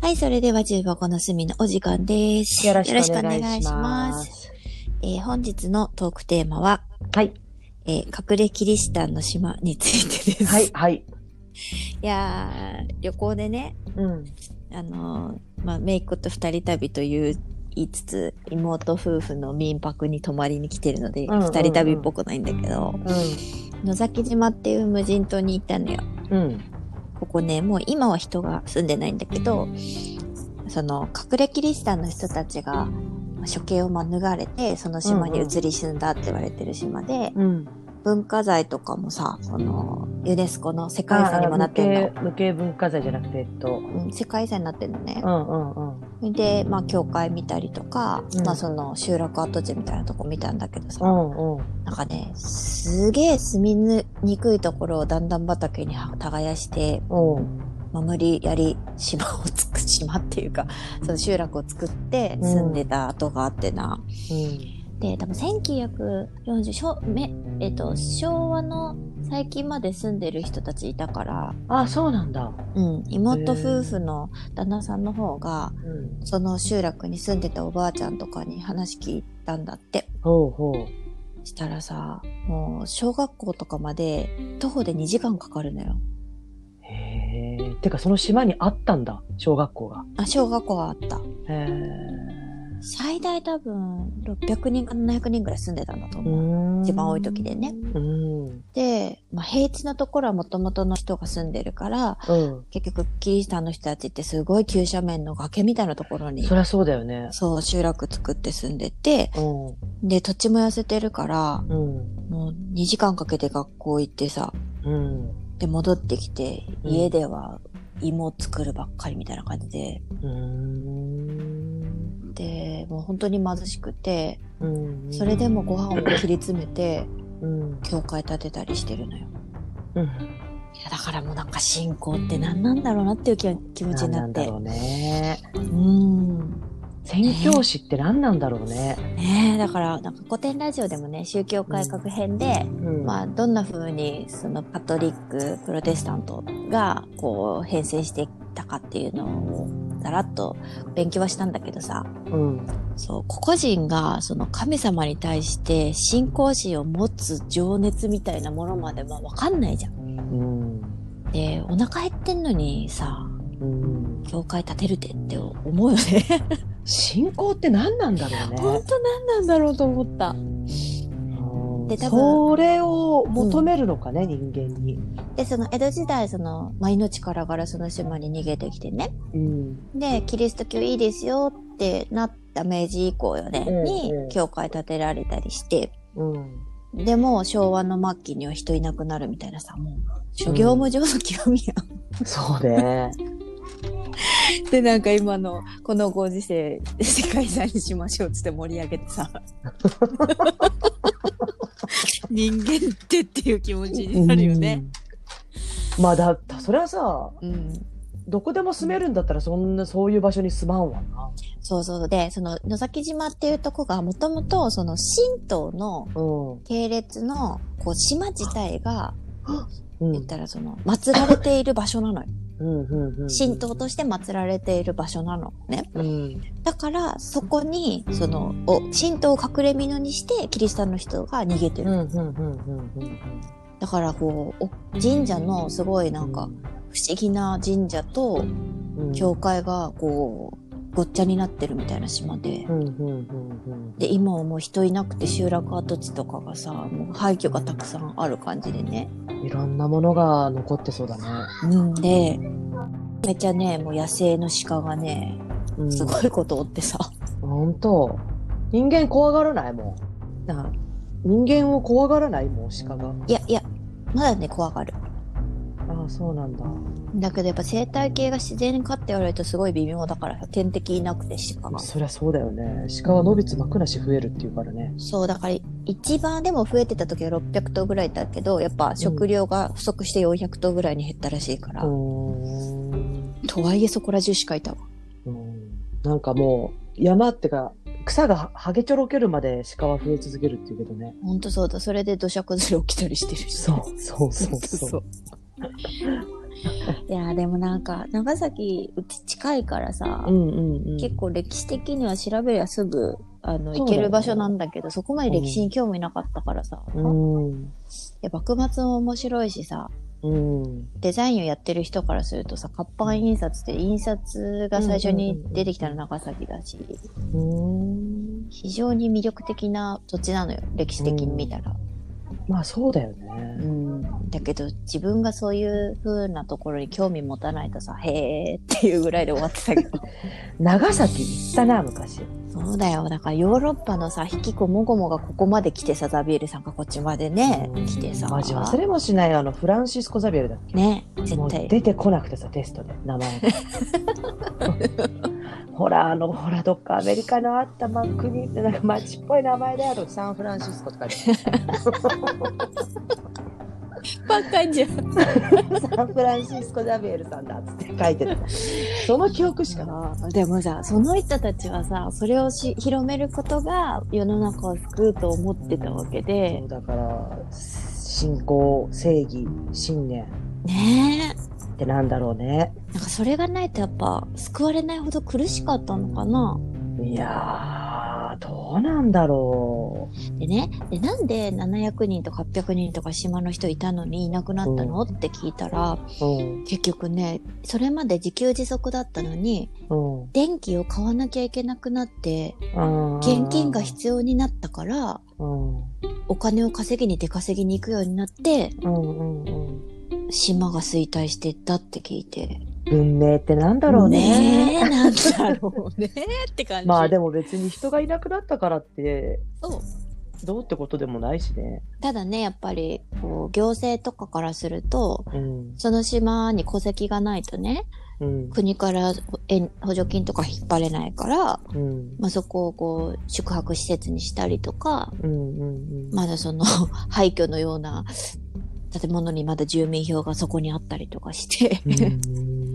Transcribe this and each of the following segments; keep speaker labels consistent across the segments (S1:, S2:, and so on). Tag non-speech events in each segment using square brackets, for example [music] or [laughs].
S1: はい、それでは10箱の隅のお時間です。
S2: よろしくお
S1: よろ
S2: 願
S1: し
S2: いしま
S1: くお願いします
S2: す。
S1: えー本日のトークテーマは、
S2: はい。
S1: えー隠れキリシタンの島についてです。
S2: はい
S1: い、
S2: はい。
S1: やー、旅行でね、
S2: うん。
S1: あのーまあ、姪っ子と二人旅という言いつつ、妹夫婦の民泊に泊まりに来てるので、
S2: うんうんうん
S1: 二人旅っぽくないんだけど、野崎島っていう無人島に行ったのよ。
S2: うん。うん。
S1: ここね、もう今は人が住んでないんだけど、その隠れキリシタンの人たちが処刑を免れて、その島に移り住んだって言われてる島で、
S2: うん。
S1: 文化財とかもさ、そのユネスコの世界遺産にもなってん
S2: 無
S1: の
S2: 形。無形文化財じゃなくて、えっと。
S1: うん世界遺産になってんのね
S2: う。んうんうん。
S1: で、まあ、教会見たりとか、
S2: うん
S1: まあ、その集落跡地みたいなとこ見たんだけど
S2: う
S1: さ、
S2: んうん。
S1: なんかね、すげえ住みにくいところをだんだん畑に耕して、
S2: うん。
S1: 守りやり島を作る島っていうかその集落を作って住んでた跡があってな、で多分1940昭め、えっと昭和の最近まで住んでる人たちいたから、
S2: あ、そうなんだ。
S1: うん、妹夫婦の旦那さんの方が
S2: うん。
S1: その集落に住んでたおばあちゃんとかに話聞いたんだって
S2: ほうほう。
S1: したらさもう小学校とかまで徒歩で2時間かかるのよ
S2: へえ。てか、その島にあったんだ。小学校が。
S1: あ小学校はあった
S2: へえ。
S1: 最大多分600人か700人ぐらい住んでたんだと
S2: う
S1: 思う。
S2: ん。
S1: 一番多い時でね。
S2: うん。うん。
S1: で、まあ、平地のところは元々の人が住んでるから、結局キリシタンの人たちってすごい急斜面の崖みたいなところに
S2: そ、りゃそうだよね。
S1: そう、集落作って住んでて、
S2: うん。
S1: で、土地も痩せてるから、
S2: うん。
S1: もう2時間かけて学校行ってさ、
S2: うん。
S1: で、戻ってきて、
S2: うん
S1: 家では芋作るばっかりみたいな感じで、
S2: うん。
S1: で、もう本当に貧しくて、
S2: うん。
S1: それでもご飯を切り詰めて、
S2: うん。
S1: 教会建てたりしてるのよ。
S2: うん。
S1: いやだからもうなんか信仰って何なんだろうなっていう気は気持ち
S2: 何
S1: にな
S2: な
S1: っ
S2: ん
S1: て。
S2: だろうね。
S1: うん。
S2: 宣教師って何なんだろうね。
S1: ねえ、だからなんか古典ラジオでもね、宗教改革編で、
S2: うん
S1: まあどんな風にそのカトリック、プロテスタントがこう変遷してきたかっていうのをだらっと勉強はしたんだけどさ、
S2: うん。
S1: そう、個々人がその神様に対して信仰心を持つ情熱みたいなものまではわかんないじゃん。
S2: うん。
S1: で、お腹減ってんのにさ、
S2: うん。
S1: 教会建てるてって思うよね。
S2: 信仰って何なんだろうね。
S1: 本当何なんだろうと思った。
S2: うん
S1: で多分
S2: それを求めるのかね、人間に。
S1: で、その江戸時代、その、まあ、命からがらその島に逃げてきてね。
S2: うん。
S1: で、キリスト教いいですよってなった明治以降よね、
S2: うん
S1: に
S2: うん
S1: 教会建てられたりして、
S2: うん。
S1: でも昭和の末期には人いなくなるみたいなさ、もう、諸行無常の極みや。
S2: そうね。
S1: [laughs] で、なんか今の、このご時世、世界遺産にしましょうっつって盛り上げて [laughs] さ。人間ってっていう気持ちになるよね。
S2: うん。まあだ、それはさ、
S1: うん。
S2: どこでも住めるんだったら、そんな、そういう場所に住まんわな。
S1: そうそう。で、その、野崎島っていうとこが、もともと、その、神道の
S2: うん。うん
S1: 系列の、こう、島自体が、
S2: うん
S1: 言ったらその、祀られている場所なのよ。
S2: うんうん。
S1: 神道として祀られている場所なのね。
S2: うん。
S1: だから、そこに、その、お神道を隠れ蓑にして、キリシタンの人が逃げて
S2: うんう
S1: る。
S2: んうんうんうん。
S1: だから、こう、お神社の、すごいなんか、不思議な神社と、
S2: うん、
S1: 教会が、こう、ごっちゃになってるみたいな島で。
S2: うんうんうん
S1: で今はもう人いなくて集落跡地とかがさもう廃墟がたくさんある感じでね、
S2: うん。いろんなものが残ってそうだね。
S1: うん、でめっちゃねもう野生の鹿がね
S2: うん、
S1: すごいこと追ってさ、
S2: 本当。人間怖がらないも
S1: なあ
S2: ん。人間を怖がらないもん、鹿が。
S1: いやいやまだね怖がる
S2: ああ、そうなんだ。
S1: だけどやっぱ生態系が自然かって言われるとすごい微妙だから天敵いなくて鹿が
S2: そりゃそうだよね。鹿は伸びつまくなし増えるっていうからね。
S1: そうだから一番でも増えてた時は600頭ぐらいだけどやっぱ食料が不足して400頭ぐらいに減ったらしいから、
S2: ん。
S1: とはいえそこら中鹿いたわ
S2: うんなんかもう、山ってか、草がははげちょろけるまで鹿は増え続けるっていうけどね。
S1: ほんとそうだそれで土砂崩れ起きたりしてるし
S2: そうそうそうそう。
S1: [laughs] いやーでもなんか長崎うち近いからさ、
S2: うんうんうん。
S1: 結構歴史的には調べりゃすぐあの
S2: そうだ
S1: 行
S2: よね
S1: ける場所なんだけどそこまで歴史に興味なかったからさ、い
S2: うん。
S1: や幕末も面白いしさ
S2: うん。
S1: デザインをやってる人からするとさ活版印刷って印刷が最初
S2: うんうん
S1: に
S2: うんうん
S1: 出てきたの長崎だし
S2: うん。
S1: 非常に魅力的な土地なのよ歴史的に見たら。
S2: まあそうだよ
S1: う
S2: ね。
S1: ん、だけど自分がそういう風なところに興味持たないとさ「へーっていうぐらいで終わってたけど
S2: 長崎行ったな、昔。
S1: [laughs] そうだよだからヨーロッパのさ引きこもごもがここまで来てさザビエルさんがこっちまでね
S2: うん
S1: 来てさ
S2: マジ忘れもしないあのフランシスコ・ザビエルだっけ
S1: ね
S2: も
S1: 絶
S2: う
S1: 対
S2: 出てこなくてさテスト [laughs] で名前がほらあのほらどっかアメリカのあった、ま、国ってなんか街っぽい名前であるサンフランシスコと [laughs] かで
S1: ばっかじゃん
S2: サンフランシスコ・ザビエルさんだっつって書いてたその記憶しかない
S1: でもさその人たちはさそれをし広めることが世の中を救うと思ってたわけで
S2: そうだから信仰正義信念
S1: ね
S2: ってなんだろうね
S1: えなんかそれがないとやっぱ救われないほど苦しかったのかない
S2: やーどうなんだろ
S1: でねでなんで700人とか800人とか島の人いたのにいなくなったの、って聞いたら
S2: ううん
S1: 結局ねそれまで自給自足だったのに
S2: うん
S1: 電気を買わなきゃいけなくなって
S2: うん
S1: 現金が必要になったから
S2: うんうん
S1: お金を稼ぎに出稼ぎに行くようになって
S2: うんうん
S1: 島が衰退していったって聞いて。
S2: 文明ってなんだろうね。
S1: ねえなんだろうねって感じ。
S2: まあで
S1: も
S2: も別に人がいなくなったからってどうってことでもないしね。
S1: ただねやっぱりこう行政とかからすると
S2: うん。
S1: その島に戸籍がないとね
S2: うん。
S1: 国からえ補助金とか引っ張れないから、
S2: うん。
S1: まあ、そこをこう宿泊施設にしたりとか
S2: うんうんうん。
S1: まだその [laughs] 廃墟のような建物にまだ住民票がそこにあったりとかして、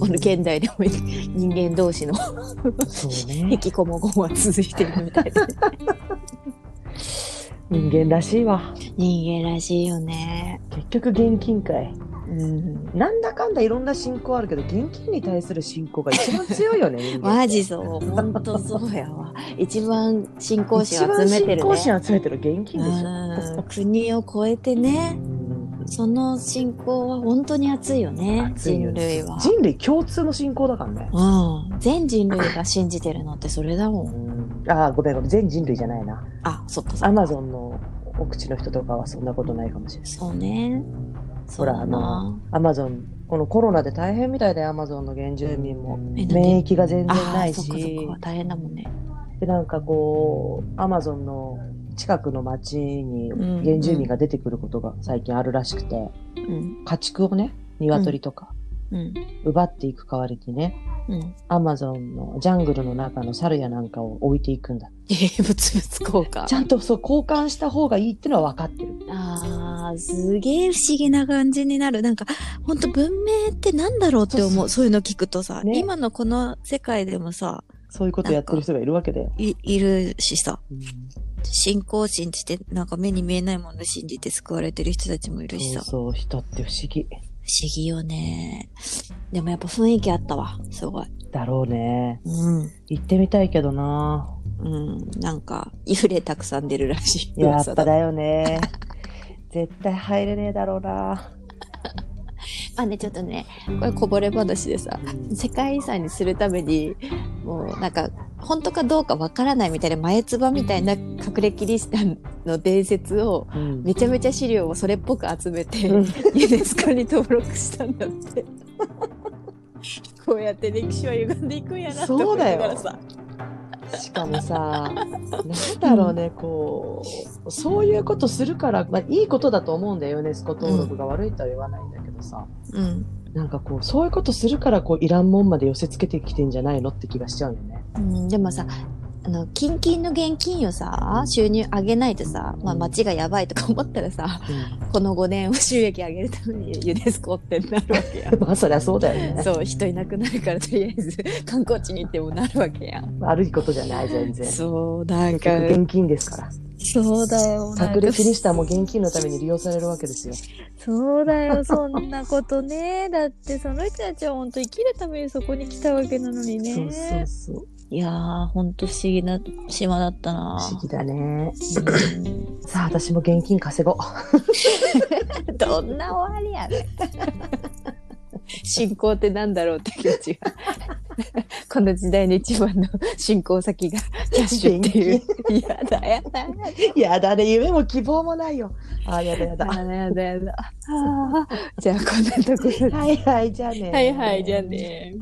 S1: この現代でも人間同
S2: [laughs]
S1: 士の
S2: そう
S1: 引
S2: ね。
S1: きこもごもは続いてるみたいで
S2: 人間らしいわ。
S1: 人間らしいよね。
S2: 結局現金かい。
S1: うん
S2: なんだかんだいろんな信仰あるけど、現金に対する信仰が一番強いよ
S1: [laughs]
S2: ね。人間
S1: マジそう、本当そうやわ。一番信仰心
S2: 一
S1: を集
S2: 番
S1: めて
S2: 信
S1: る
S2: 仰
S1: ね。
S2: 心集めてる現金でしょ。
S1: うん国を超えてね。
S2: うん
S1: その信仰は本当に熱いよね、
S2: 熱いよ
S1: 人
S2: ね
S1: 類は。
S2: 人類共通の信仰だからね。
S1: うん。全人類が信じてるのってそれだも。
S2: うんんああ、ごめんごめん。全人類じゃないな。
S1: あ、そっかそっ
S2: ア
S1: か。
S2: マゾンのお口の人とかはそんなことないかもしれない。
S1: そうね。そ
S2: ほ
S1: う
S2: ら
S1: だ
S2: あ
S1: な
S2: の。アマゾンこのコロナで大変みたいでアマゾンの原住民も
S1: えなんで
S2: 免疫が全然
S1: あ
S2: な
S1: ー
S2: い
S1: そっ
S2: し
S1: かそっか。大変だもんね。
S2: でなんかこうアマゾンの近くの町に原住民が出てくることが最近あるらしくて、
S1: うん。
S2: 家畜をね鶏とか
S1: うん。
S2: 奪っていく代わりにね [laughs]
S1: うん。
S2: アマゾンのジャングルの中の猿やなんかを置いていくんだ
S1: えー、物々交換
S2: ち。ゃんとそう交換した方がいいってのは分かってる
S1: あー、すげえ不思議な感じになる。なんか、ほんと文明ってなんだろうって思う。そういうの聞くとさ、
S2: ね
S1: 今のこの世界でもさ、
S2: そういうことやってる人がいるわけだよ、
S1: いいるしさ、
S2: うん
S1: 信仰心して、なんか目に見えないもの信じて救われてる人たちもいるし
S2: そ
S1: さ
S2: う。そう人って不思議
S1: 不思議よね。でもやっぱ雰囲気あったわ。すごい。
S2: だろうね
S1: うん。
S2: 行ってみたいけどな
S1: うん。なんか、幽霊たくさん出るらしい。
S2: やっ
S1: 噂
S2: ぱ
S1: だ
S2: だよね。絶対入れねえだろうな。
S1: まあね、ちょっとね、これこぼれ話でさ、世界遺産にするために、もうなんか、本当かどうかわからないみたいな前唾みたいな隠れキリシタンの伝説を、
S2: うん
S1: めちゃめちゃ資料をそれっぽく集めて、
S2: うん
S1: ユネスコに登録したんだ [laughs] って。こうやって歴史は歪んでいくんやなって思いながら
S2: そうだ
S1: さ。
S2: しかも
S1: [laughs]
S2: さ、なんだろうね、こう、そういうことするから、まあ、いいことだと思うんだよ、ヨネスコ登録が悪いとは言わないんだけどさ、
S1: うん。
S2: なんかこう、そういうことするから、こう、いらんもんまで寄せつけてきてんじゃないのって気がしちゃうよね。。
S1: うん、でもさあの、キンキンの現金をさ、収入上げないとさ、まあ、町がやばいとか思ったらさ、この5年を収益上げるためにユネスコってなるわけやん
S2: [laughs] まあそりゃそうだ
S1: [laughs]
S2: よね。
S1: そう、人いなくなるから、とりあえず、観光地に行ってもなるわけやん。
S2: 悪いことじゃない全然。
S1: そう、なんか、
S2: 結局現金ですから。
S1: そうだよ。なん
S2: 隠
S1: か
S2: れキリシタンも現金のために利用されるわけですよ。
S1: そうだよ、そんなことね。だって、その人たちは本当生きるためにそこに来たわけなのにね。
S2: そうそうそう。
S1: いやー、ほんと不思議な島だったな
S2: 不思議だね。
S1: うん
S2: さあ私も現金稼ごう。
S1: どんな終わりやねん信仰ってなんだろうって気持ちが。この時代の一番の信仰先がキャッシュっていう。いやだやだやだ
S2: やだね夢も希望もないよ。あーやだやだ。は
S1: やだやだ。あーじゃあこんなところで。
S2: いはいじゃあね。
S1: はいはい、じゃあね。